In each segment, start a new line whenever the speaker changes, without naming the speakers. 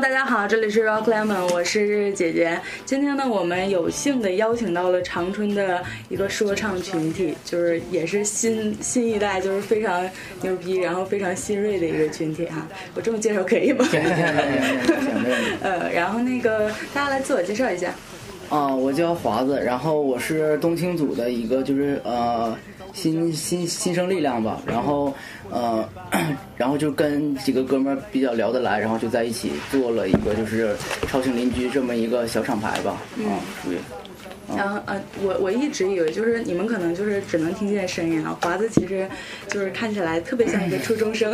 大家好，这里是 Rock Lemon，我是姐姐。今天呢，我们有幸的邀请到了长春的一个说唱群体，就是也是新新一代，就是非常牛逼，然后非常新锐的一个群体啊。我这么介绍可以吗？
行行行行行行，
呃，然后那个大家来自我介绍一下。
啊，我叫华子，然后我是东青组的一个，就是呃新新新生力量吧，然后呃， 然后就跟几个哥们儿比较聊得来，然后就在一起做了一个就是超型邻居这么一个小厂牌吧，啊，属于
然后呃，我我一直以为就是你们可能就是只能听见声音啊，华子其实就是看起来特别像一个初中生，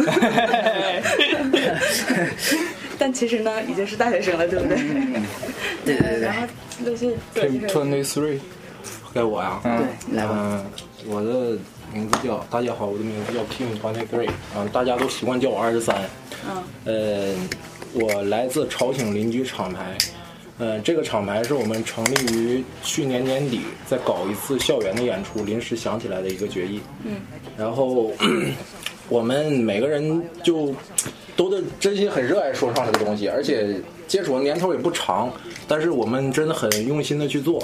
但其实呢已经是大学生了，对不对？
对对对对
然后陆续做一
Team
个
Twenty Three，该我呀。嗯
对来吧，
我的名字叫大家好，我的名字叫 Team Twenty Three，啊，大家都习惯叫我二十三。
嗯，
呃，我来自朝醒邻居厂牌。呃，这个厂牌是我们成立于去年年底，在搞一次校园的演出，临时想起来的一个决议。嗯，然后我们每个人就都的真心很热爱说唱这个东西，而且接触的年头也不长，但是我们真的很用心的去做。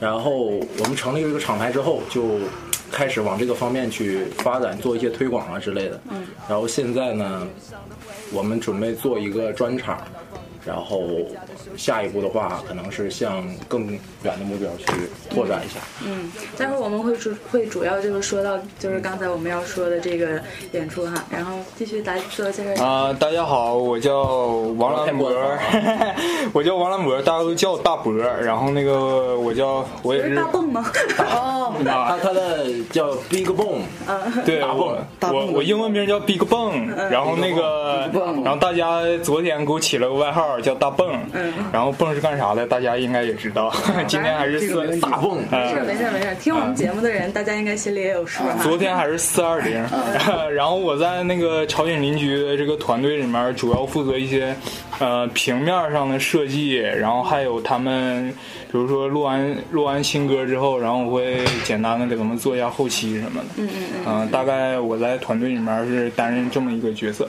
然后我们成立了一个厂牌之后，就开始往这个方面去发展，做一些推广啊之类的。嗯，然后现在呢，我们准备做一个专场，然后下一步的话，可能是向更远的目标去拓展一下。
嗯，待会儿我们会主会主要就是说到就是刚才我们要说的这个演出哈，然后继续来自我介绍一下。
啊、大家好，我叫王兰博， 我叫王兰博，大家都叫我大博。然后那个我叫我
不
也
是
是
大蹦 吗？
哦
他他的叫 Big Bang，
对
大蹦
我
大蹦
我
嗯
我英文名叫 Big Bang，然后那个
Big Bang
然后大家昨天给我起了个外号叫大蹦
嗯，
然后蹦是干啥的，大家应该也知道。 今天还是
嗯这个没问
四
题
大蹦。
没事儿没事儿没事儿，听我们节目的人，大家应该心里也有数哈。
啊 昨天还是四二零， 然后我在那个朝鲜邻居的这个团队里面，主要负责一些呃平面上的设计，然后还有他们，比如说录完录完新歌之后，然后我会简单的给他们做一下后期什么的。嗯嗯嗯。大概我在团队里面是担任这么一个角色。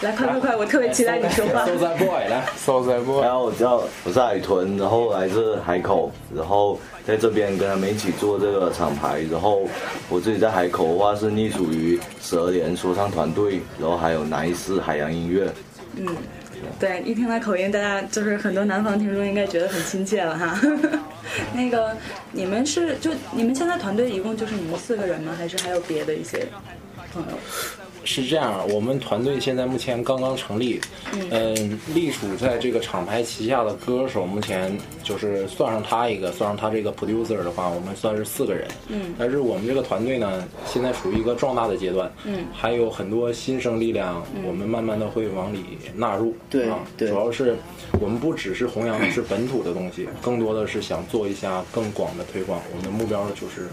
来快快快，我特别期待你说话。
都在 boy 来，
骚塞波
然后我叫我是海豚，然后来自海口，然后在这边跟他们一起做这个厂牌，然后我自己在海口的话是隶属于十二连说唱团队，然后还有南斯海洋音乐。
对，一听他口音，大家就是很多南方听众应该觉得很亲切了哈。 那个，你们是就你们现在团队一共就是你们四个人吗？还是还有别的一些朋友？
是这样，我们团队现在目前刚刚成立，嗯，隶属在这个厂牌旗下的歌手，目前就是算上他一个，算上他这个 producer 的话，我们算是四个人。嗯，但是我们这个团队呢，现在处于一个壮大的阶段，嗯，还有很多新生力量，我们慢慢的会往里纳入。
嗯对
啊
对
主要是我们不只是弘扬的是本土的东西，更多的是想做一下更广的推广。我们的目标就是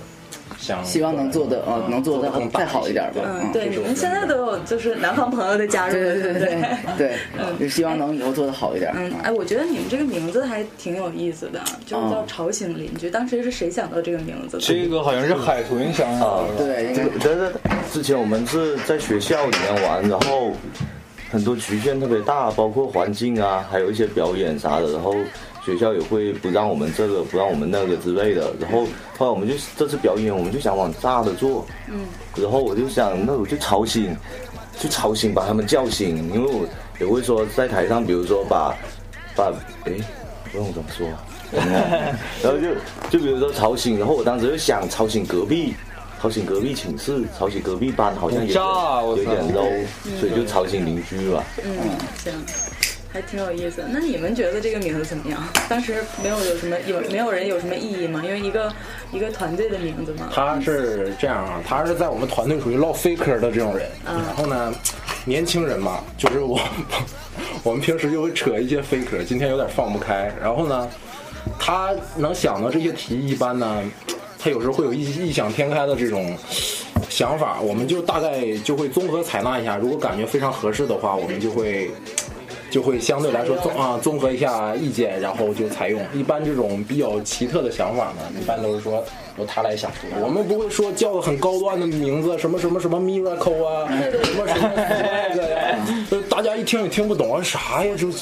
想
希望能做的啊、能做的
更大
再好一点吧，
些
嗯，
嗯，
对，
这
你
是我
们现在都有就是南方朋友的加入，
对
对
对
不
对对对，就希望能以后做的好一点，
嗯，哎，
嗯
我觉得你们这个名字还挺有意思的，就是叫“
嗯
吵醒邻居”。当时是谁想到这个名字的？
这个好像是海豚想想
啊
的，吧？
对，应该
对对对，之前我们是在学校里面玩，然后很多局限特别大，包括环境啊，还有一些表演啥的，然后学校也会不让我们这个，不让我们那个之类的。然后后来我们就这次表演，我们就想往大的做，嗯，然后我就想，那我就吵醒，就吵醒把他们叫醒，因为我也会说在台上，比如说把把诶，不用怎么说啊。然后就就比如说吵醒，然后我当时就想吵醒隔壁，吵醒隔壁寝室，吵醒隔壁班，好像有点
炸啊我
有
操
点 low，所以就吵醒邻居吧。
嗯，行，还挺有意思。那你们觉得这个名字怎么样？当时没有有什么有没有人有什么异议吗？因为一个一个团队的名字嘛。
他是这样啊，他是在我们团队属于唠飞嗑的这种人。然后呢，年轻人嘛，就是我， 我们平时就会扯一些飞嗑，今天有点放不开。然后呢，他能想到这些题，一般呢，他有时候会有异异想天开的这种想法，我们就大概就会综合采纳一下。如果感觉非常合适的话，我们就会就会相对来说综啊综合一下意见，然后就采用。一般这种比较奇特的想法呢，一般都是说由他来想出来。我们不会说叫个很高端的名字，什么什么什么 miracle 啊，什么什么 flag 呀、呃大家一听也听不懂啊，啥呀？就是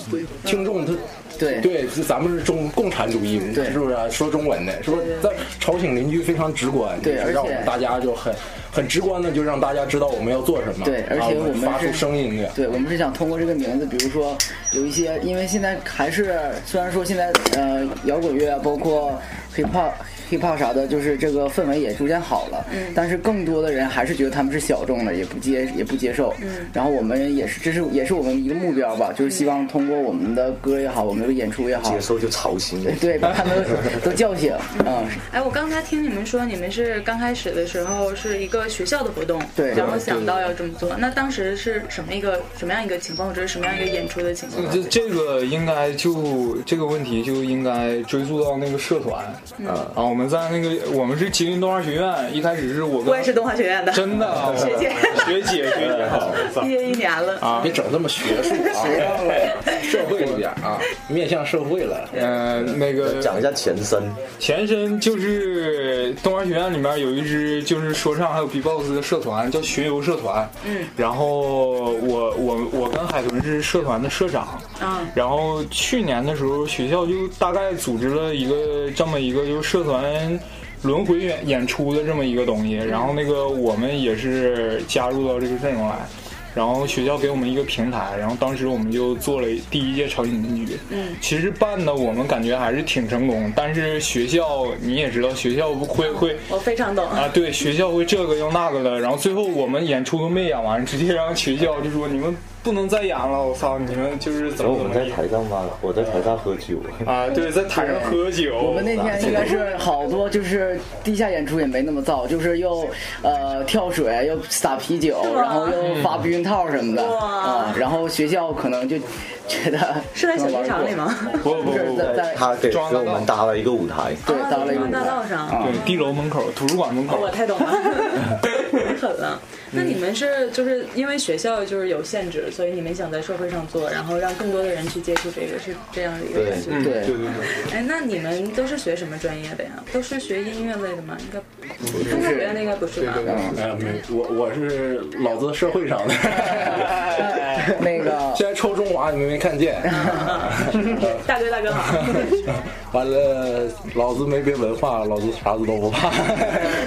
听众他。
对
对，就咱们是中共产主义，
对
是不是啊、说中文的？是不是？但朝鲜邻居非常直观，
对
就是
而且
让我们大家就很很直观的就让大家知道我们要做什么，
对而且
啊我
我们
发
是
出声音的，
对，我们是想通过这个名字，比如说有一些，因为现在还是虽然说现在呃摇滚乐啊，包括 hip hop hip hop 啥的，就是这个氛围也逐渐好了，但是更多的人还是觉得他们是小众的，也不接也不接受。然后我们也是，这是也是我们一个目标吧，就是希望通过我们的歌也好，我们的演出也好
接，受就操心了。
对，把他们都叫醒。嗯，
哎，我刚才听你们说，你们是刚开始的时候是一个学校的活动，
对
然后想到要这么做。那当时是什么一个什么样一个情况，或者是什么样一个演出的情
嗯
况？
这这个应该就这个问题就应该追溯到那个社团，
嗯
啊，我们在那个我们是吉林动画学院，一开始是我跟
我也是动画学院的，
真的啊，学
姐
学姐学姐好，
毕业一年了啊，
别整这么学术啊， 社会一点啊，面向社会了。
嗯，那个
讲一下前身，
前身就是动画学院里面有一支就是说唱还有 B-box 的社团，叫巡游社团。嗯，然后我我我跟海豚是社团的社长。
嗯
然后去年的时候，学校就大概组织了一个这么一个就是社团轮回演演出的这么一个东西，然后那个我们也是加入到这个阵容来。然后学校给我们一个平台，然后当时我们就做了第一届朝鲜民局。嗯，其实办的我们感觉还是挺成功，但是学校你也知道，学校会会
我非常懂。
啊，对，学校会这个又那个的，然后最后我们演出都没演完，直接让学校就说你们不能再演了，我操，你们就是怎
然后
么
我们
怎么
在
地
台上嘛，我在台上喝酒，
啊，对，在台上喝酒，啊
我们那天应该是好多，就是地下演出也没那么燥，就是又呃跳水，又撒啤酒，
吗
然后又发避孕套什么的
哇
啊、然后学校可能就觉得
是在小剧场里？吗？
不不
不是
不
在
不，
在
他给给
装得
我们搭了一个舞台，
对
啊
搭了一个舞
大道上。哦
啊
对，地楼门口，图书馆门口
我，太 懂了，太狠了。那
嗯
你们是就是因为学校就是有限制，所以你们想在社会上做，然后让更多的人去接触这个，是这样的一个
对
诉。
嗯
对
对对对，
哎，那你们都是学什么专业的呀？都是学音乐类的吗？应该音乐学院的应该不是吧？
哎呀，没，我我是老子社会上的，
那个
现在抽中华你们没看见，
大哥大 哥好，
哦完了，老子没别文化，老子啥子都不 怕。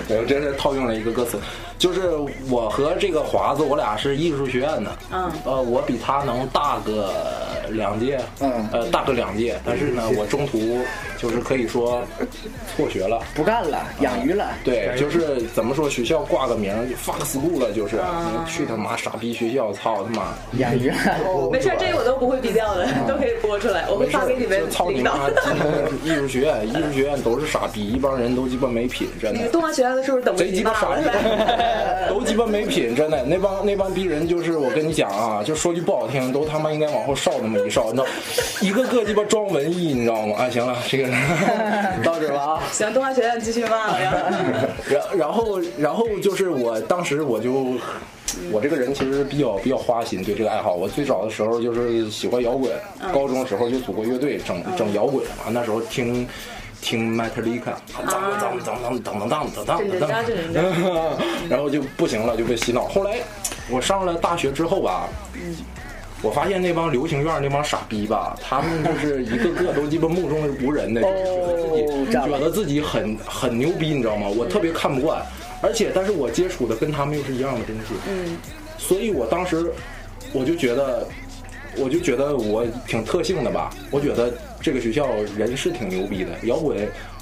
没有，这是套用了一个歌词，就是我和这个华子，我俩是艺术学院的。
嗯
呃，我比他能大个两届。
嗯
呃，大个两届，但是呢，我中途就是可以说辍学了。
不干了，养鱼了。
对，就是怎么说，学校挂个名儿就 fuck school 了，就是、
嗯
去他妈傻逼学校，操他妈！
养 鱼了，
没事，这个我都不会逼掉的，
哦
都可以播出来，我会
没事
发
儿
给你们
就操你
领
妈
导。！
艺术学院，艺术学院都是傻逼，一帮人都鸡巴没品，真
你
的
们。动画学院的是不是等不
贼
及
鸡巴
骂
傻逼
了？，
都鸡巴没品，真的。那帮那帮逼人，就是我跟你讲啊，就说句不好听，都他妈应该往后稍那么一稍，你知道，一个个鸡巴装文艺，你知道吗？啊，行了，这个到这儿了 啊。
行，动画学院继续骂 了呀。
然然后然后就是我当时我就。我这个人其实比较比较花心，对这个爱好。我最早的时候就是喜欢摇滚，高中的时候就组过乐队，整整摇滚啊。那时候听听 Metallica，当当当当当当当当当， 然后就不行了，就被洗脑。后来我上了大学之后吧，我发现那帮流行院那帮傻逼吧，他们就是一个个都鸡巴目中无人的，
哦
觉得自己很很牛逼，你知道吗？我特别看不惯，而且但是我接触的跟他们又是一样的东西，嗯，所以我当时我就觉得，我就觉得我挺特性的吧，我觉得这个学校人是挺牛逼的，摇滚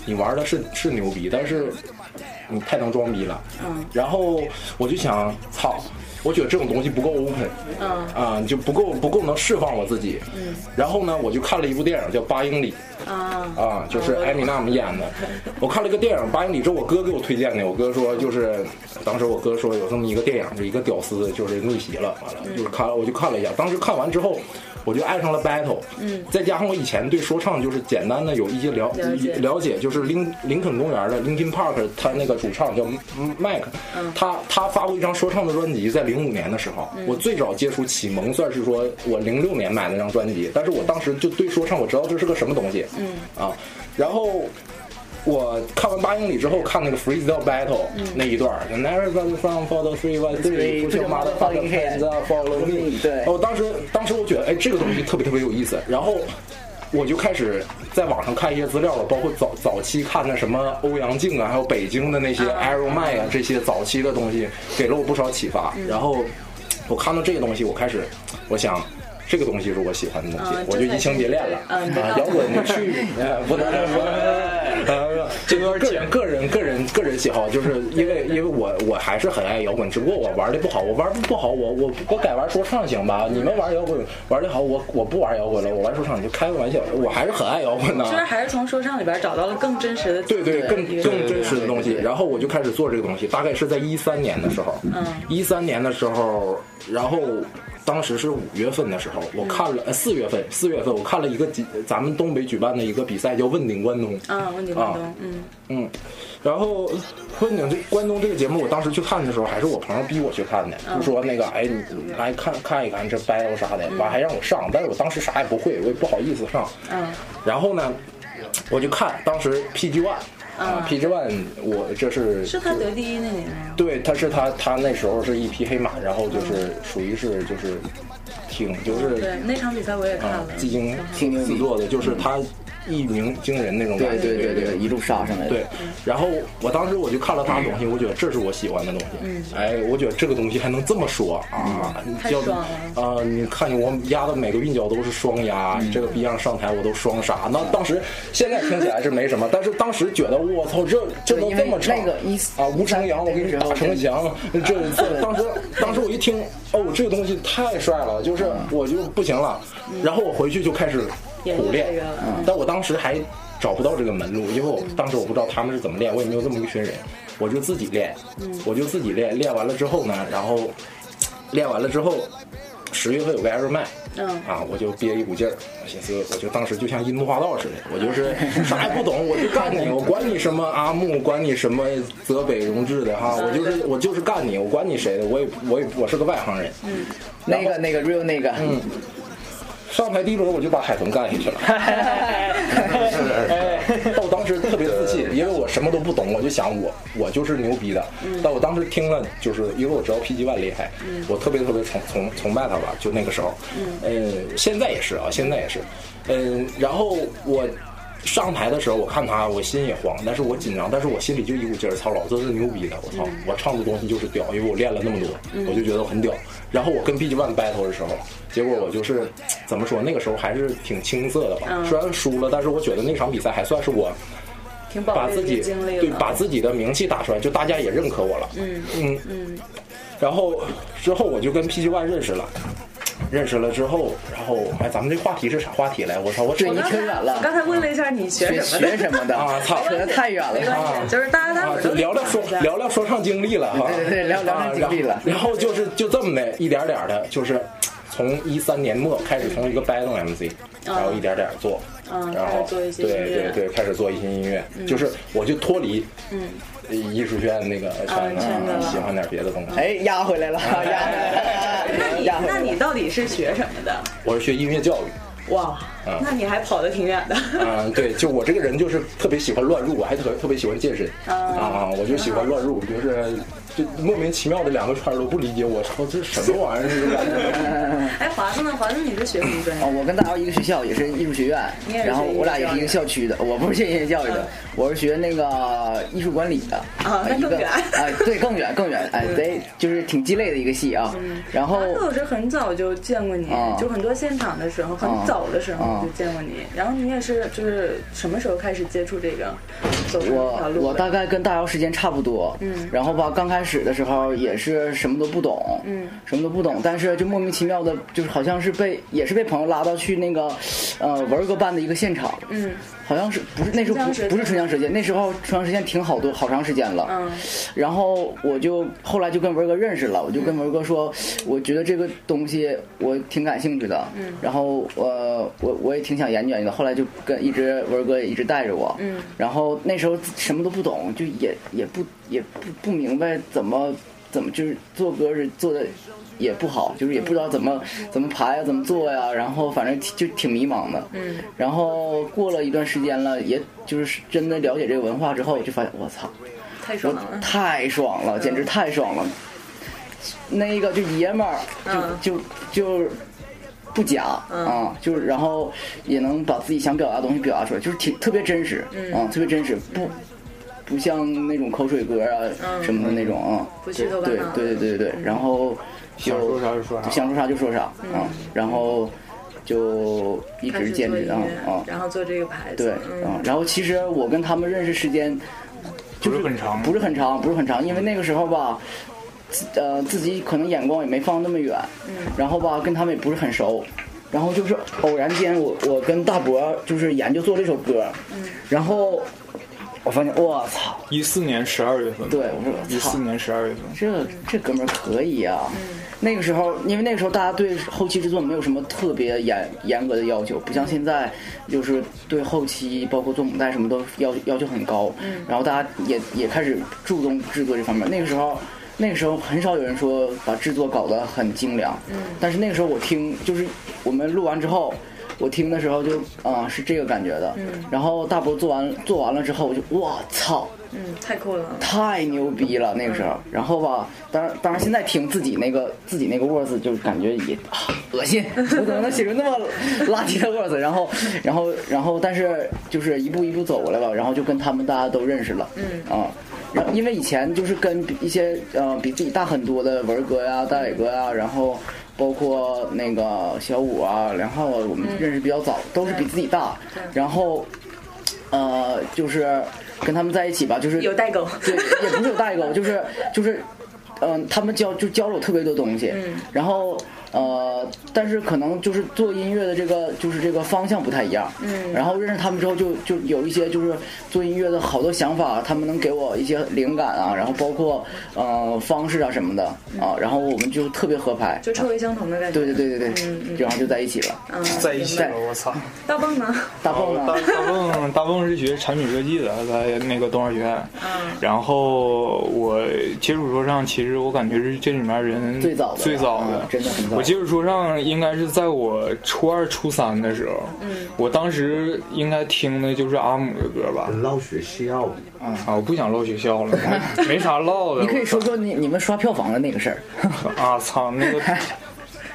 你玩的是是牛逼，但是你太能装逼了，
嗯，
然后我就想，操，我觉得这种东西不够 open，
嗯
啊，就不够不够能释放我自己。嗯，然后呢，我就看了一部电影叫《八英里》
啊，
啊，就是艾米纳姆演的。我看了一个电影《八英里》，这我哥给我推荐的。我哥说，就是当时我哥说有这么一个电影，就一个屌丝就是逆袭了，完了就是看了，我就看了一下。当时看完之后。我就爱上了 battle，嗯，再加上我以前对说唱就是简单的有一些了
了解
了解，就是林林肯公园的 Linkin Park，他那个主唱叫 Mike，、他他发过一张说唱的专辑，在零五年的时候，我最早接触启蒙算是说我零六年买那张专辑，但是我当时就对说唱我知道这是个什么东西，嗯啊，然后我看完八英里之后看那个 freestyle battle 那一段儿就，Everybody from f o r the three one three，
Three,
不是
put your
mother fucking
motherfucking
hands
hands
up follow me。
对
然后哦当时当时我觉得，哎，这个东西特别特别有意思，然后。我就开始在网上看一些资料了，包括早早期看的什么欧阳靖啊，还有北京的那些 Arrow 麦啊，这些早期的东西，给了我不少启发。然后我看到这个东西，我开始我想，这个东西是我喜啊欢的东西，
嗯
我就移情别恋了。
嗯
啊摇滚的去你的，不能说。呃，这个个人个人个人个人喜好，就是因为因为我我还是很爱摇滚，只不过我玩的不好，我玩的不好，我我我改玩说唱行吧？你们玩摇滚玩的好，我我不玩摇滚了，我玩说唱，你就开个玩笑，我还是很爱摇滚的。
就是还是从说唱里边找到了更真实的自己
对
的
对，更
一个
更真实的东西。然后我就开始做这个东西，大概是在一三年的时候。嗯，一三年的时候，然后当时是五月份的时候，我看了呃四月份，四月份我看了一个几咱们东北举办的一个比赛，叫问鼎关东。
嗯，问题关
啊
东，嗯
嗯，然后问鼎这关东这个节目，我当时去看的时候，还是我朋友逼我去看的，就说那个哎，你来看看一看这 battle 啥的，完还让我上，但是我当时啥也不会，我也不好意思上。
嗯
然后呢，我就看当时 PG One 啊，PG One，我这是
嗯是他得第一那年啊吗？
对，他是他他那时候是一匹黑马，然后就是属于是就是挺就是
对，那场比赛我也看
啊
了，
技惊
挺牛逼
四座的，就是他一鸣惊人那种感
对
觉。
对
对
对对，一路杀上来的。嗯
对，然后我当时我就看了他的东西，我觉得这是我喜欢的东
嗯
西。哎，我觉得这个东西还能这么说啊，
太
叫
爽了
啊！你看见我压的每个韵脚都是双压，
嗯
这个逼样上台我都双杀。那当时现在听起来是没什么，但是当时觉得我操，这这
对
能
因
这
为
么唱
那个一
啊！吴承阳，我给你打成翔， 这这当时当时我一听，哦，这个东西太帅了，就是我就不行了，然后我回去就开始苦练
嗯
嗯
也是这啊个。
但我当时还找不到这个门路，因为我当时我不知道他们是怎么练，我也没有这么一群人，我就自己练，
嗯
我就自己练，练完了之后呢，然后嘖练完了之后，十月份有个艾瑞麦，
嗯
啊，我就憋一股劲儿，我寻思我就当时就像樱木花道似的，我就是啥也不懂，我就干你，我管你什么阿木，管你什么泽北荣治的哈，我就是我就是干你，我管你谁的，我也我也我是个外行人，
那个那个 real 那个，
上台第一轮我就把海豚干下去了。哎， 但我当时特别自信，因为我什么都不懂，我就想我我就是牛逼的。但我当时听了，就是因为我知道 PG One 厉害，我特别特别崇崇崇拜他吧，就那个时候。嗯，现在也是啊，现在也是。嗯，然后我。上台的时候，我看他，我心也慌，但是我紧张，但是我心里就一股劲儿，操，老子是牛逼的，我操，我唱的东西就是屌，因为我练了那么多，我就觉得我很屌。然后我跟 BG One battle 的时候，结果我就是怎么说，那个时候还是挺青涩的吧，虽然输了，但是我觉得那场比赛还算是我
挺宝
把
贵
自
的一
己
个经历了，
对把自己的名气打出来，就大家也认可我了。嗯嗯然后之后我就跟 PG One 认识了，认识了之后，然后哎，咱们这话题是啥话题来？我操，我
对
扯
你
得
扯远
我
了，
刚才问了一下你
学
学什么的，
学什么的
啊操
扯得太远
没
了。
关系，就是大家待
啊
会儿，
就
都
聊聊说聊聊说唱经历了哈，
对对对聊聊上经历了
啊然后然后就是就这么的，一点点的，就是从一三年末开始，从一个 battle MC，然后一点点做，
嗯
然
开
后
始做一些
对
音乐
对对，开始做一些音乐，就是我就脱离嗯艺术圈那个圈子
啊圈子
啊，
了
喜欢点别的东西。
哎，压回来了，压回 来
那
了，
你
压回
那
来
你
了。
到底是学什么的？
我是学音乐教育。
哇
啊
嗯，
那你还跑得挺远的。
啊，对，就我这个人就是特别喜欢乱入，我还特特别喜欢健身啊，我就喜欢乱入，就是就莫名其妙的两个圈儿都不理解我，操，这什么玩意儿这个感觉？
哎，华子呢？华子你是学什么专
啊，
业？
我跟大姚一个学校，也是艺术学院
你也，是
然后
学艺术
我俩也是一个
教
校区的。我不是学音乐教育的，我是学那个艺术管理的。
啊那
一
更
个
远嗯
啊，对，更远更远。哎，对，就是挺鸡肋的一个系啊。然后
华子，我是很早就见过你
啊，
就很多现场的时候，很早的时候就见过你。然后你也是，就是什么时候开始接触这个走上这条
我
路
我大
的？
概跟大姚时间差不多，嗯，然后吧，刚开始的时候也是什么都不懂，嗯，什么都不懂，但是就莫名其妙的，就是好像是被也是被朋友拉到去那个，呃，文哥办的一个现场，嗯，好像是不是那时候
春江
不
实践
不是春江时间，那时候春江时间停好多好长时间了，
嗯，
然后我就后来就跟文哥认识了，我就跟文哥说，我觉得这个东西我挺感兴趣的，嗯，然后呃，我我也挺想研究研究的，后来就跟一直文哥也一直带着我，嗯，然后那时候什么都不懂，就也也不也不不明白怎么。怎么就是做歌是做的也不好，就是也不知道怎么怎么排呀、啊怎么做呀，然后反正就挺迷茫的。嗯。然后过了一段时间了，也就是真的了解这个文化之后，就发现我操，
太爽
我
了。嗯
太爽了，简直太爽了。那个就爷们儿，
嗯
就就就不假啊，就是然后也能把自己想表达的东西表达出来，就是挺特别真实，
嗯
啊，特别真实，不不像那种口水歌啊
嗯
什么的那种啊，
不虚
对
头巴嗯
对
脑
对对对对，然后
想说啥就说啥。
想说啥就说啥啊，然后就一
嗯开
直
始
坚
做
持
音
啊啊
乐，，然后做这个牌子。
对
嗯
啊，然后其实我跟他们认识时间
不是很长，
不是很长，不是很长，因为那个时候吧，自呃，自己可能眼光也没放那么远，然后吧，跟他们也不是很熟，然后就是偶然间我，我跟大伯就是研究做这首歌，然后我发现，我操，
一四年十二月份。
对我说
一四年十二月份。
这这哥们儿可以啊。那个时候，因为那个时候大家对后期制作没有什么特别严严格的要求，不像现在，就是对后期包括做母带什么都要要求很高。然后大家也也开始注重制作这方面。那个时候，那个时候很少有人说把制作搞得很精良。但是那个时候我听，就是我们录完之后。我听的时候就啊、是这个感觉的，然后大伯做完做完了之后，我就我操，
嗯，太酷了。
太牛逼了那个时候。
嗯
然后吧，当然当然现在听自己那个自己那个 words 就感觉也、啊、恶心，我怎么能写出那么垃圾的 words？然后然后然后但是就是一步一步走过来吧，然后就跟他们大家都认识了，嗯啊。然后因为以前就是跟比一些呃比自己大很多的文哥呀、大伟哥呀，然后包括那个小五啊、梁浩啊，我们
嗯
认识比较早，都是比自己大，然后呃就是跟他们在一起吧，就是
有代沟。
对，也不是有代沟，就是就是，嗯、他们教就教了我特别多东西，然后呃，但是可能就是做音乐的这个就是这个方向不太一样，嗯，然后认识他们之后就就有一些就是做音乐的好多想法，他们能给我一些灵感啊，然后包括呃方式啊什么的啊，然后我们就啊特别合拍，
就臭味相同的感觉。
对对对对对，
嗯嗯
然后就在一起了。
嗯，
在一起
明
了
白，
我操！
大棒呢？
大
啊大
蹦呢？
大蹦大蹦是学产品设计的，在那个动画学院。
嗯
然后我接触说唱，其实我感觉是这里面人
最早的
最早的
嗯，真的很早
我接触说唱应该是在我初二、初三的时候。嗯，我当时应该听的就是阿姆的歌吧。
唠学校，
啊，我不想唠学校了，没没啥唠的。
嗯 你可以说说你你们刷票房的那个事儿。
啊，操那 个。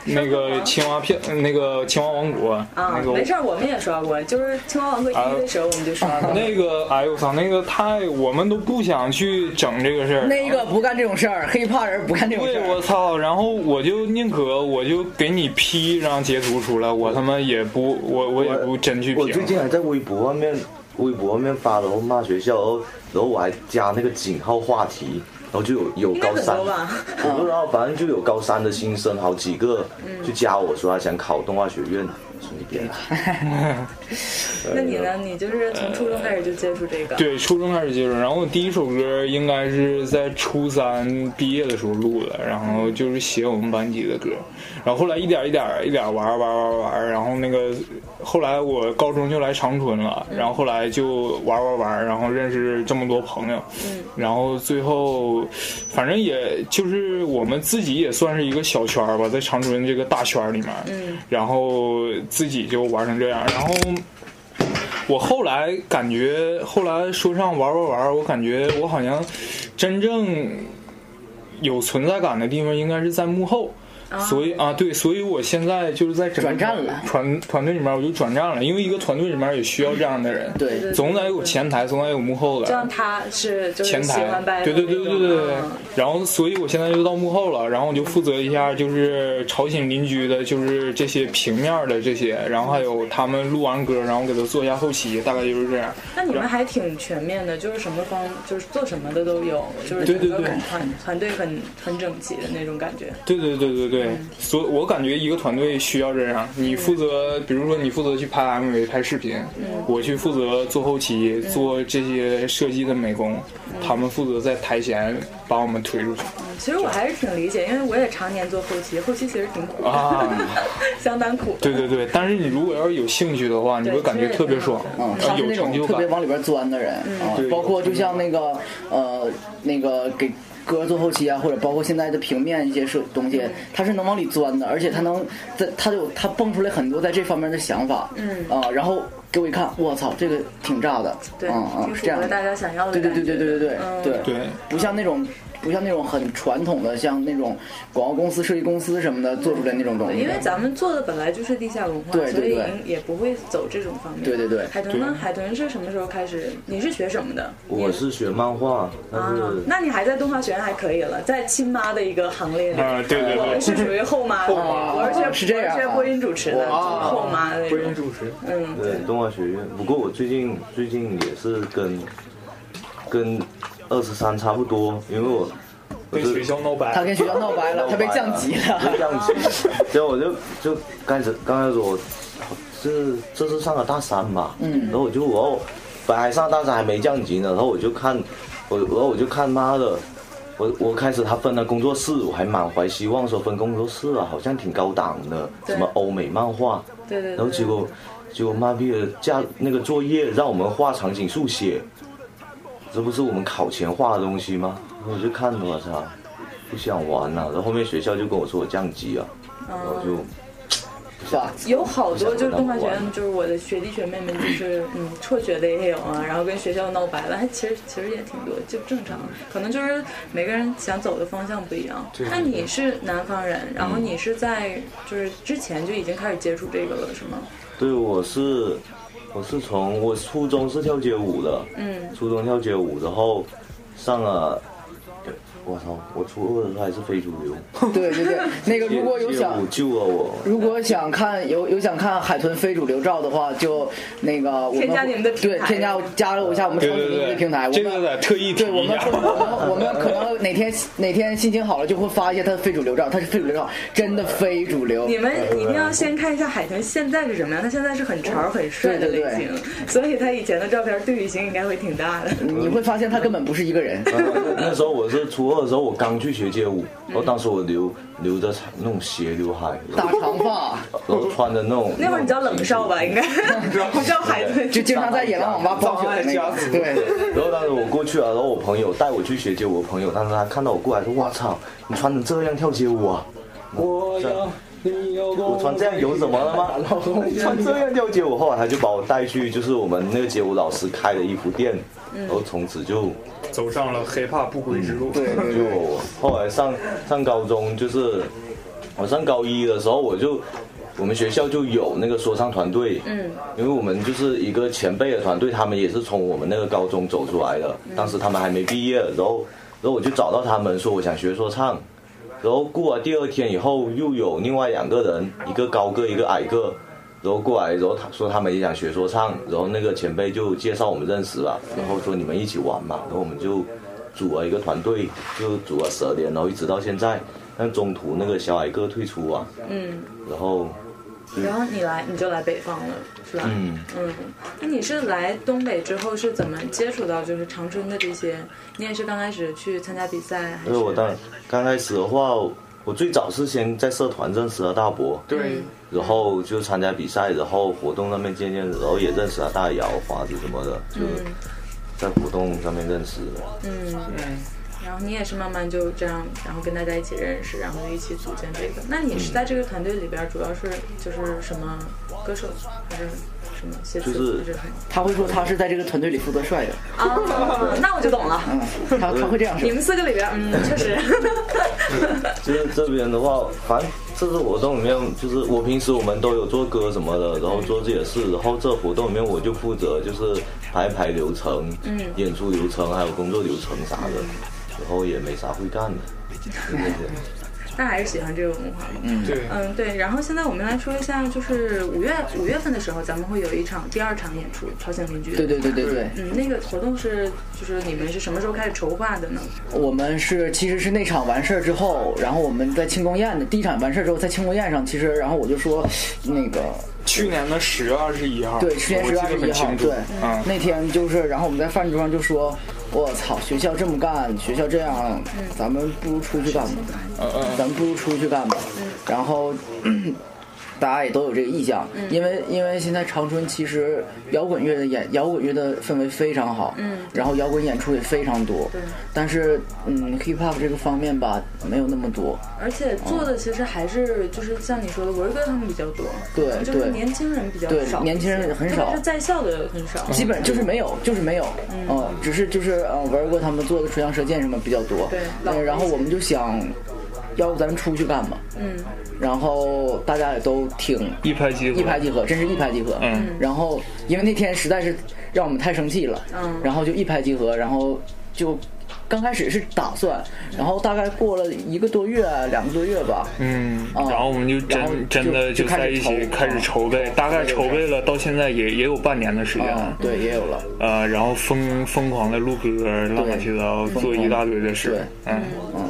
那个青蛙片，那个青蛙王国，
啊
那，个啊
没事儿，我们也刷过，就是青蛙王国一的时候我们就刷过。
那个，哎呦我操，那个太，我们都不想去整这个事儿。
那个不干这种事儿，黑怕人不干这种事
对，
儿。
我操！然后我就宁可我就给你 P 一张截图出来，我他妈也不，我我也不真去
我最
评。
近还在微博上面，微博上面发，然后骂学校，然后然后我还加那个井号话题，然后就有有
应该
高
很
三
多，吧？
然后然后反正就有高三的新生好几个
嗯
就加我说他想考动画学院，我说你别来。
那你呢？你就是从初中开始就接触这个？
对，初中开始接触，然后我第一首歌应该是在初三毕业的时候录的，然后就是写我们班级的歌，然后后来一点一点一点玩玩玩玩，然后那个后来我高中就来长春了，然后后来就玩玩玩，然后认识这么多朋友，然后最后反正也就是我们自己也算是一个小圈儿吧，在长春这个大圈儿里面，然后自己就玩成这样，然后。我后来感觉，后来说唱玩玩玩，我感觉我好像真正有存在感的地方应该是在幕后。
哦
所以啊，对，所以我现在就是在整个
转战了
团团队里面，我就转战了，因为一个团队里面也需要这样的人，
对
对
总得有前台，总得有幕后的，
就像他是就是
前
喜
台
欢白，
对对对对对对
嗯。
然后，所以我现在就到幕后了，然后我就负责一下，就是吵醒邻居的，就是这些平面儿的这些，然后还有他们录完歌，然后给他做一下后期，大概就是这样。
那你们还挺全面的，就是什么方就是做什么的都有，就是
对
整
对
个
对
感团团队很很整齐的那种感觉。
对对对对对，所以我感觉一个团队需要这样，你负责，比如说你负责去拍 MV、拍视频，
嗯
我去负责做后期、做这些设计的美工，他们负责在台前把我们推出 去
其实我还是挺理解，因为我也常年做后期，后期其实挺苦，
啊。
相当苦。
对对对，但是你如果要是有兴趣的话，你会感觉特别爽，
嗯，
呃
他是
有
那
成
种
就
特
感
嗯
别。往里边钻的人啊
对，
包括就像那个呃那个给歌做后期啊，或者包括现在的平面一些设东
嗯
西，它是能往里钻的，而且它能在它有它蹦出来很多在这方面的想法，
嗯
啊，然后给我一看，我操，这个挺炸的，
对，
嗯嗯
挺，
这
符
样
合
的
大家想要的
对对
感觉
对
的。
对对对
嗯
对
对
不像那种不像那种很传统的，像那种广告公司、设计公司什么的做出来那种东西
因为。咱们做的本来就是地下文化，
对对对
所以也不会走这种方面。
对对对
海豚呢？海豚是什么时候开始？ 你是学什么的？
我是学漫画，但
啊
是，
那你还在动画学院还可以了，在亲妈的一个行列里。
啊，对对
我们
对，
是属于后妈的，我是学
是这样啊
我是学播音主持的，就是后妈的那
播音
种。
主持，
嗯，
对动画学院。不过我最近最近也是跟跟二十三差不多，因为我 我
跟
是
学校闹
他
掰，
跟学校闹掰了，他被降级
被
了。
降级。结果我就就刚开始刚开始我是这是上了大三嘛，嗯，然后我就我本来上大三还没降级呢，然后我就看我然后我就看妈的。我我开始他分了工作室，我还满怀希望说分工作室啊，好像挺高档的，
对
什么欧美漫画，
对对
然后
对。
结果，结果妈逼的架那个作业让我们画场景速写，这不是我们考前画的东西吗？我就看着我操，不想玩了、然后后面学校就跟我说我降级啊，然后就
哇
有好多就是动画学院，就是我的学弟学妹们，就是嗯辍学的也有啊，然后跟学校闹掰了，还其实其实也挺多，就正常，可能就是每个人想走的方向不一样。那你是南方人，然后你是在就是之前就已经开始接触这个了，是吗？
对我是我是从我初中是跳街舞的，
嗯，
初中跳街舞，然后上了。我操！我初二的时候还是非主 流，
对对对，那个如果有
街
想
舞救了我。
如果想看有有想看海豚非主流照的话，就那个我们
添加你们的平
对
台
添加加了我一下我们超
对对
级秘密
对，
平台，我
这个
们
得特意提
对我
一
们
下
会，我们我们可能哪天哪天心情好了就会发一些他的非主流照，他是非主流照，真的非主流。
你们一定要先看一下海豚现在是什么样，他现在是很潮很帅的类型，所以他以前的照片对比性应该会挺大的。
你会发现他根本不是一个 人。
那时候我是初二的时候，我刚去学街舞，然后当时我留留着长那种斜刘海，然
大
后
长发，
然后穿的那种。
那会儿你叫冷少吧，应该 不叫海豚。
就经常在野狼网吧包宿的那
障碍
个
家。族
对，
然后当时我过去了，啊然后我朋友带我去学街舞，我朋友当时他看到我过来说：“我操，你穿成这样跳街舞啊？
我要你要
我穿这样有什么了 吗？你穿这样跳街舞。”后来他就把我带去，就是我们那个街舞老师开的衣服店，
嗯
然后从此就嗯
走上了 hiphop 不归之路，
对对
就后来上上高中，就是我上高一的时候，我就我们学校就有那个说唱团队，嗯，因为我们就是一个前辈的团队，他们也是从我们那个高中走出来的，当时他们还没毕业，然后然后我就找到他们说我想学说唱，然后过了第二天以后，又有另外两个人，一个高个，一个矮个。然后过来，然后他说他们也想学说唱，然后那个前辈就介绍我们认识了，然后说你们一起玩嘛，然后我们就组了一个团队，就组了十二年，然后一直到现在。但中途那个小矮个退出啊，
嗯，
然后
然后你来你就来北方了，是吧？
嗯，
嗯，那你是来东北之后是怎么接触到就是长春的这些？你也是刚开始去参加比赛，还
因
是
为我当刚开始的话，我最早是先在社团认识了大伯，
对，
然后就参加比赛，然后活动上面渐渐，然后也认识了大姚、华子什么的，就是在活动上面认识的。
嗯，
嗯，
然后你也是慢慢就这样，然后跟大家一起认识，然后就一起组建这个。那你
嗯
是在这个团队里边主要是就是什么歌手还是什么写
就
词
是
还是什么？
他会说他是在这个团队里负责帅的，
啊，那我就懂了。
嗯，他他会这样说
你。们四个里边，嗯，确实，
就是这边的话，反正这次活动里面，就是我平时我们都有做歌什么的，然后做自己的事，然后这活动里面我就负责就是排排流程，嗯，演出流程还有工作流程啥的，然后也没啥会干的，就这些。
但还是喜欢这个文化嘛。
对，
嗯，对。然后现在我们来说一下，就是五月五月份的时候，咱们会有一场第二场演出，朝鲜邻居。
对对对对对，
嗯，那个活动是就是你们是什么时候开始筹划的呢？
我们是其实是那场完事儿之后，然后我们在庆功宴的第一场完事儿之后，在庆功宴上，其实然后我就说，那个
去年的十月二十一号，
对，去年
我
十
记
月
得
二十一
很
号
清，楚
对，
嗯，
那天就是，然后我们在饭桌上就说，我操，学校这么干，学校这样，咱们不如出去干吧，
嗯嗯
咱们不如出去干吧。然后，大家也都有这个意向，因为因为现在长春其实摇滚乐的演摇滚乐的氛围非常好，
嗯
然后摇滚演出也非常多，但是嗯，hip hop 这个方面吧，没有那么多，
而且做
哦
的其实还是就是像你说的文哥他们比较多，
对
就是
对
年轻人比较
对
少一些，
年轻人很
特
少
别是在校的很少。
基本就是没有，就是没有，嗯，只是就是呃，玩过他们做的唇枪舌剑什么比较多，
对老
嗯然后
一些
我们就想，要不咱们出去干吧，
嗯，
然后大家也都挺
一拍即合，
一拍即合，真是一拍即合。
嗯，
然后因为那天实在是让我们太生气了，
嗯
然后就一拍即合，然后就刚开始是打算，然后大概过了一个多月、两个多月吧，
嗯，
啊
然后我们就
然后
真
就
真的
就
在一起
开
开
始
始
筹
筹备，大概筹备了到现在也也有半年的时间
啊
了，，
对，也有了，
呃，然后疯疯狂的录歌，乱
对
七八糟做一大堆的事，嗯，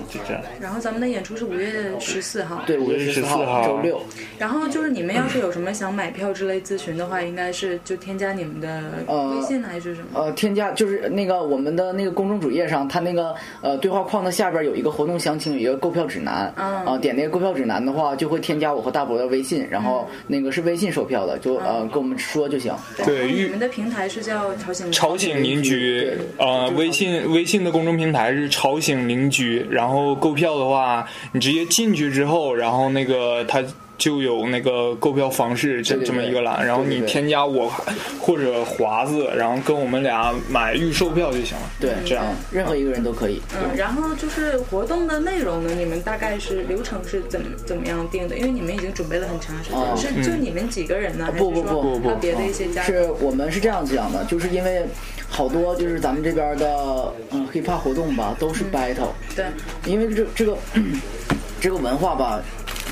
就这样。
然后咱们的演出是五月十四号，
对，五月十
14
号
号
周六，
然后就是你们要是有什么想买票之类咨询的话，应该是就添加你们的
呃
微信还是什么？
呃，添加就是那个我们的那个公众主页上，它那个呃对话框的下边有一个活动详情，有一个购票指南。
嗯
啊，点那个购票指南的话，就会添加我和大伯的微信，然后那个是微信售票的，就呃跟我们说就行。
对
然后你
预
们的平台是叫潮醒
吵醒邻居，
对
呃，微信微信的公众平台是吵醒邻居，然后购票的话，你直接进去之后，然后那个它就有那个购票方式这
对对
这么一个栏，
对
然后
对
你
对
添加我或者华子，然后跟我们俩买预售票就行了。
对，
这样
嗯任何一个人都可以。
嗯，然后就是活动的内容呢，你们大概是流程是怎么怎么样定的？因为你们已经准备了很长时间，
哦
是就你们几个人呢？还是
不不
说
不
不
和别的一些家长
是我们是这样讲的，就是因为好多就是咱们这边的嗯 hiphop 活动吧，都是 battle，、
对，
因为这这个 这个文化吧，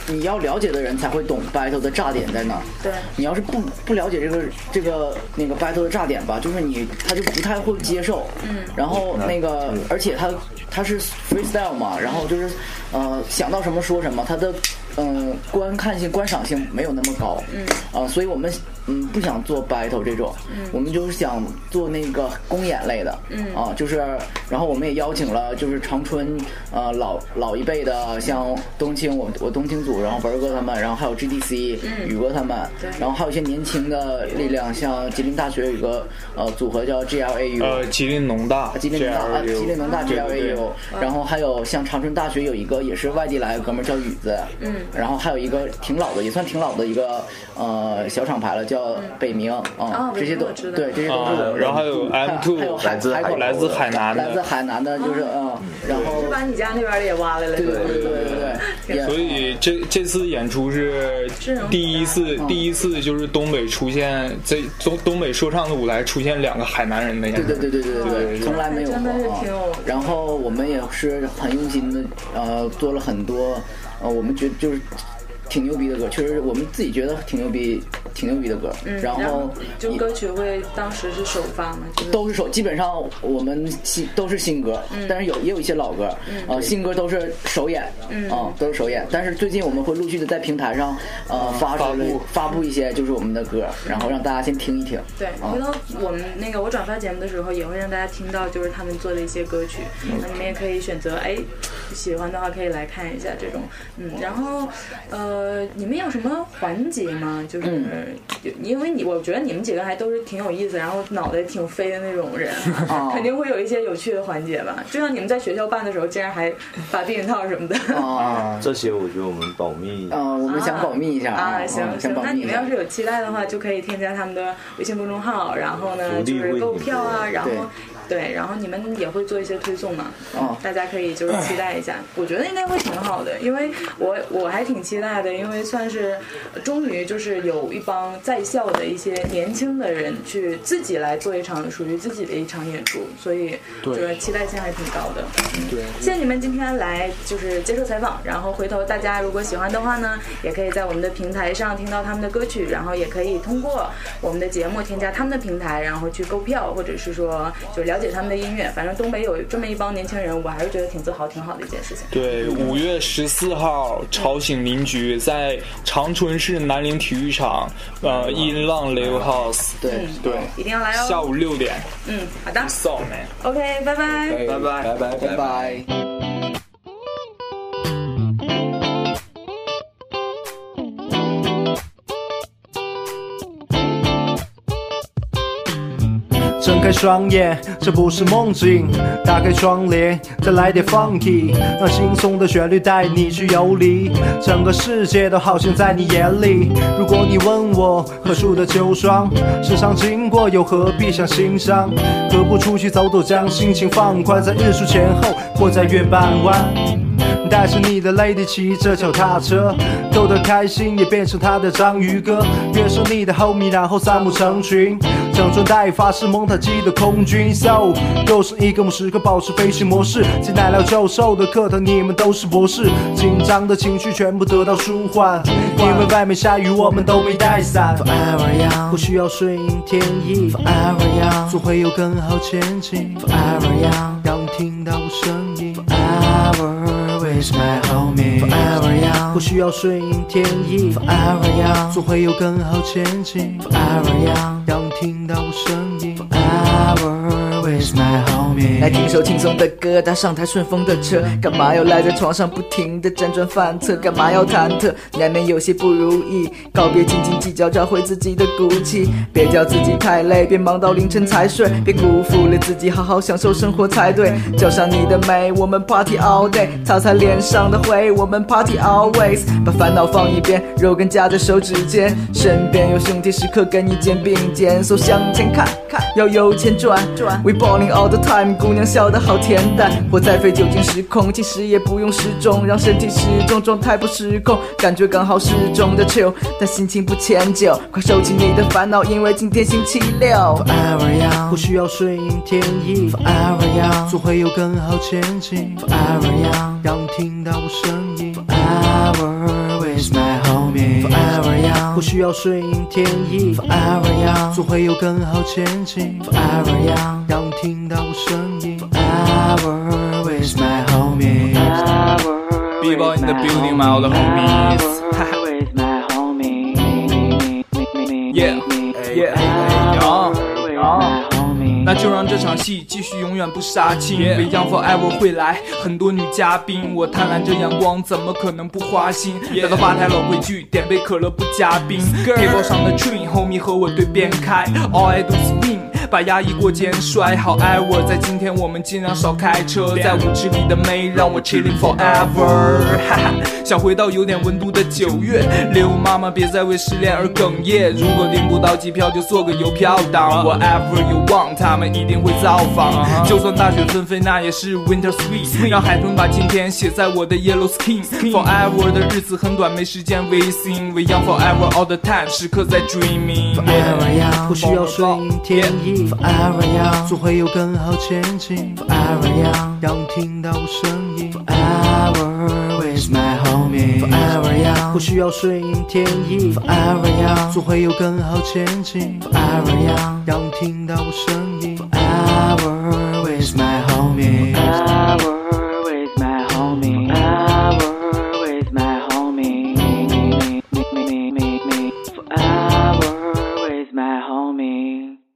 你要了解的人才会懂 battle 的炸点在哪儿。
对
你要是不不了解这个这个那个 battle 的炸点吧，就是你他就不太会接受。嗯。然后那个，而且他他是 freestyle 嘛，然后就是呃想到什么说什么，他的。嗯，观看性、观赏性没有那么高，嗯，啊、所以我们嗯不想做 battle 这种，嗯，我们就是想做那个公演类的，嗯，啊、就是，然后我们也邀请了就是长春呃老老一辈的，像冬青，我我冬青组，然后文儿哥他们，然后还有 GDC，嗯，宇哥他们，
对
然后还有一些年轻的力量，像吉林大学有一个呃组合叫 GLAU，
呃，吉林农大，
吉林农大啊，吉林农大 G
对
L
对
A
对
U，然后还有像长春大学有一个也是外地来的哥们儿叫宇子，嗯，然后还有一个挺老的，也算挺老的一个呃小厂牌了，叫北明啊
嗯哦，
这些都
北明我知道
对，这些都
啊，
是
然后还有 M
还有
Two，
海
自
口
来自海南
来自
的，
海南的，就是
哦
嗯，然后
是把你家那边的也挖来了，
对对
吧
对对对对，也
所以这这次演出是第一次，
嗯
第一次就是东北出现这东东北说唱的舞台出现两个海南人的演
对
出
对，对对对对对，
对
从来没有过
真的是
啊
挺有。
然后我们也是很用心的，呃，做了很多，呃，我们觉得就是挺牛逼的歌，确实我们自己觉得挺牛逼，挺牛逼的歌。
嗯
然后
就
也
歌曲会当时是首发嘛，就是
都是首，基本上我们新都是新歌，
嗯
但是有也有一些老歌，呃，新歌都是首演，
嗯
啊，都是首演。但是最近我们会陆续的在平台上，呃，发出来
发布
发布一些就是我们的歌，然后让大家先听一听。
对，回头我们那个我转发节目的时候，也会让大家听到就是他们做的一些歌曲，那你们也可以选择，哎，喜欢的话可以来看一下这种，嗯，然后呃，你们有什么环节吗？就是、有因为你我觉得你们几个还都是挺有意思，然后脑袋挺飞的那种人，
哦
肯定会有一些有趣的环节吧？就像你们在学校办的时候，竟然还把避孕套什么的。
啊，
这些我觉得我们保密。
嗯，我们想保密一下
啊，行
嗯
行
想，保
那
密
你
一
们
下
要。是有期待的话，就可以添加他们的微信公众号，然后呢
福
就
利
是
为
购
你
票啊，
做
然后对，然后你们也会做一些推送嘛，
哦
大家可以就是期待一 下，我觉得应该会挺好的，因为我我还挺期待的，因为算是呃终于就是有一帮在校的一些年轻的人去自己来做一场属于自己的一场演出，所以就
对
是期待性还挺高的。
对。
谢谢你们今天来就是接受采访，然后回头大家如果喜欢的话呢，也可以在我们的平台上听到他们的歌曲，然后也可以通过我们的节目添加他们的平台，然后去购票，或者是说就了解他们的音乐。反正东北有这么一帮年轻人，我还是觉得挺自豪、挺好的一件事情。
对，五月十四号，吵醒邻居在长春市南陵体育场，呃，音浪 Live House，
对，
嗯
对，
一定要来
下
哦！
午六点，
嗯，好的
扫没？
，OK，拜拜。
拜拜拜拜
拜拜。
开双眼，这不是梦境。打开窗帘，再来点 funky，让轻松的旋律带你去游离。整个世界都好像在你眼里。如果你问我何处的秋霜，时常经过又何必想心伤？何不出去走走，将心情放宽，在日出前后或在月半弯。带着你的 lady 骑着脚踏车，逗得开心也变成他的章鱼哥，约上你的 homie，然后散步成群，整装待发是蒙塔基的空军。So，又是一个牧师课保持飞行模式，挤奶酪教授的课堂你们都是博士，紧张的情绪全部得到舒缓，因为外面下雨我们都没带伞。
Forever young,
不需要顺应天意，
forever young,
总会有更好前景，
forever young,
让你听到我声音。
forever with my homie. Forever
不
young,
需要顺应天意，
forever young,
总会有更好前景。
forever young,
让你听到我声音。
forever with my homie.
来听首轻松的歌，搭上台顺风的车，干嘛要赖在床上不停的辗转反侧？干嘛要忐忑？难免有些不如意，告别斤斤计较，找回自己的骨气。别叫自己太累，别忙到凌晨才睡，别辜负了自己，好好享受生活才对。叫上你的美，我们 party all day，擦擦脸上的灰，我们 party always。把烦恼放一边，肉根夹在手指间，身边有兄弟，时刻跟你肩并肩，so 向前看看，要有钱赚赚。We balling all the time，姑娘笑得好恬淡，活在非酒精时空，其实也不用时钟，让身体失重，状态不失控，感觉刚好适中的 chill，但心情不迁就，快收起你的烦恼，因为今天星期六。
Forever young,
不需要顺应天意，
forever young,
总会有更好前景。
forever young,
让你听到我声音。
forever with my homie. Forever
不
young,
需要顺应天意，
forever young,
总会有更好前景。
forever young,
让你听到我声音。
forever with my homie.
People in the building, my old homies. Yeah, yeah, yeah. 那就让这场戏继续永远不杀青。未央 forever 会来，很多女嘉宾。我贪婪着阳光，怎么可能不花心？来到吧台老规矩，点杯可乐不加冰。table 上的 dream，homie 和我对边开，all I do is win。把压抑过肩摔，好爱我。在今天我们尽量少开车，在舞池里的妹让我 chilling forever。哈哈，想回到有点温度的九月，刘妈妈别再为失恋而哽咽。如果订不到机票，就做个邮票
啊
党。Whatever you want，他们一定会造访。就算大雪纷飞，那也是 winter sweet。让海豚把今天写在我的 yellow skin。Forever 的日子很短，没时间微信。We young forever all the time，时刻在 dreaming。
Forever young,
不需要顺应天意，
forever young,
总会有更好前景。
forever young,
让你听到我声音。
forever with my homie. Forever
不
young,
需要顺应天意，
forever young,
总会有更好前景。
forever young,
让你听到我声音。
forever with my homie. Forever with my homie. Forever with my homie. Forever with my homie.